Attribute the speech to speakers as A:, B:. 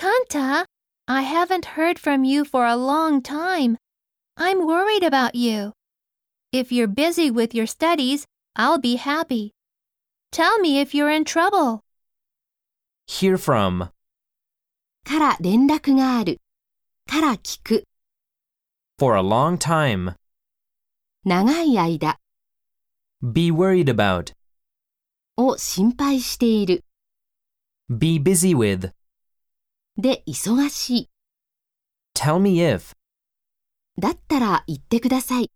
A: Santa, I haven't heard from you for a long time. I'm worried about you. If you're busy with your studies, I'll be happy. Tell me if you're in trouble.
B: hear from,
C: から連絡がある。から聞く。
B: for a long time,
C: 長い間
B: be worried about,
C: を心配している。
B: be busy with,
C: で、忙しい。
B: tell me if.
C: だったら言ってください。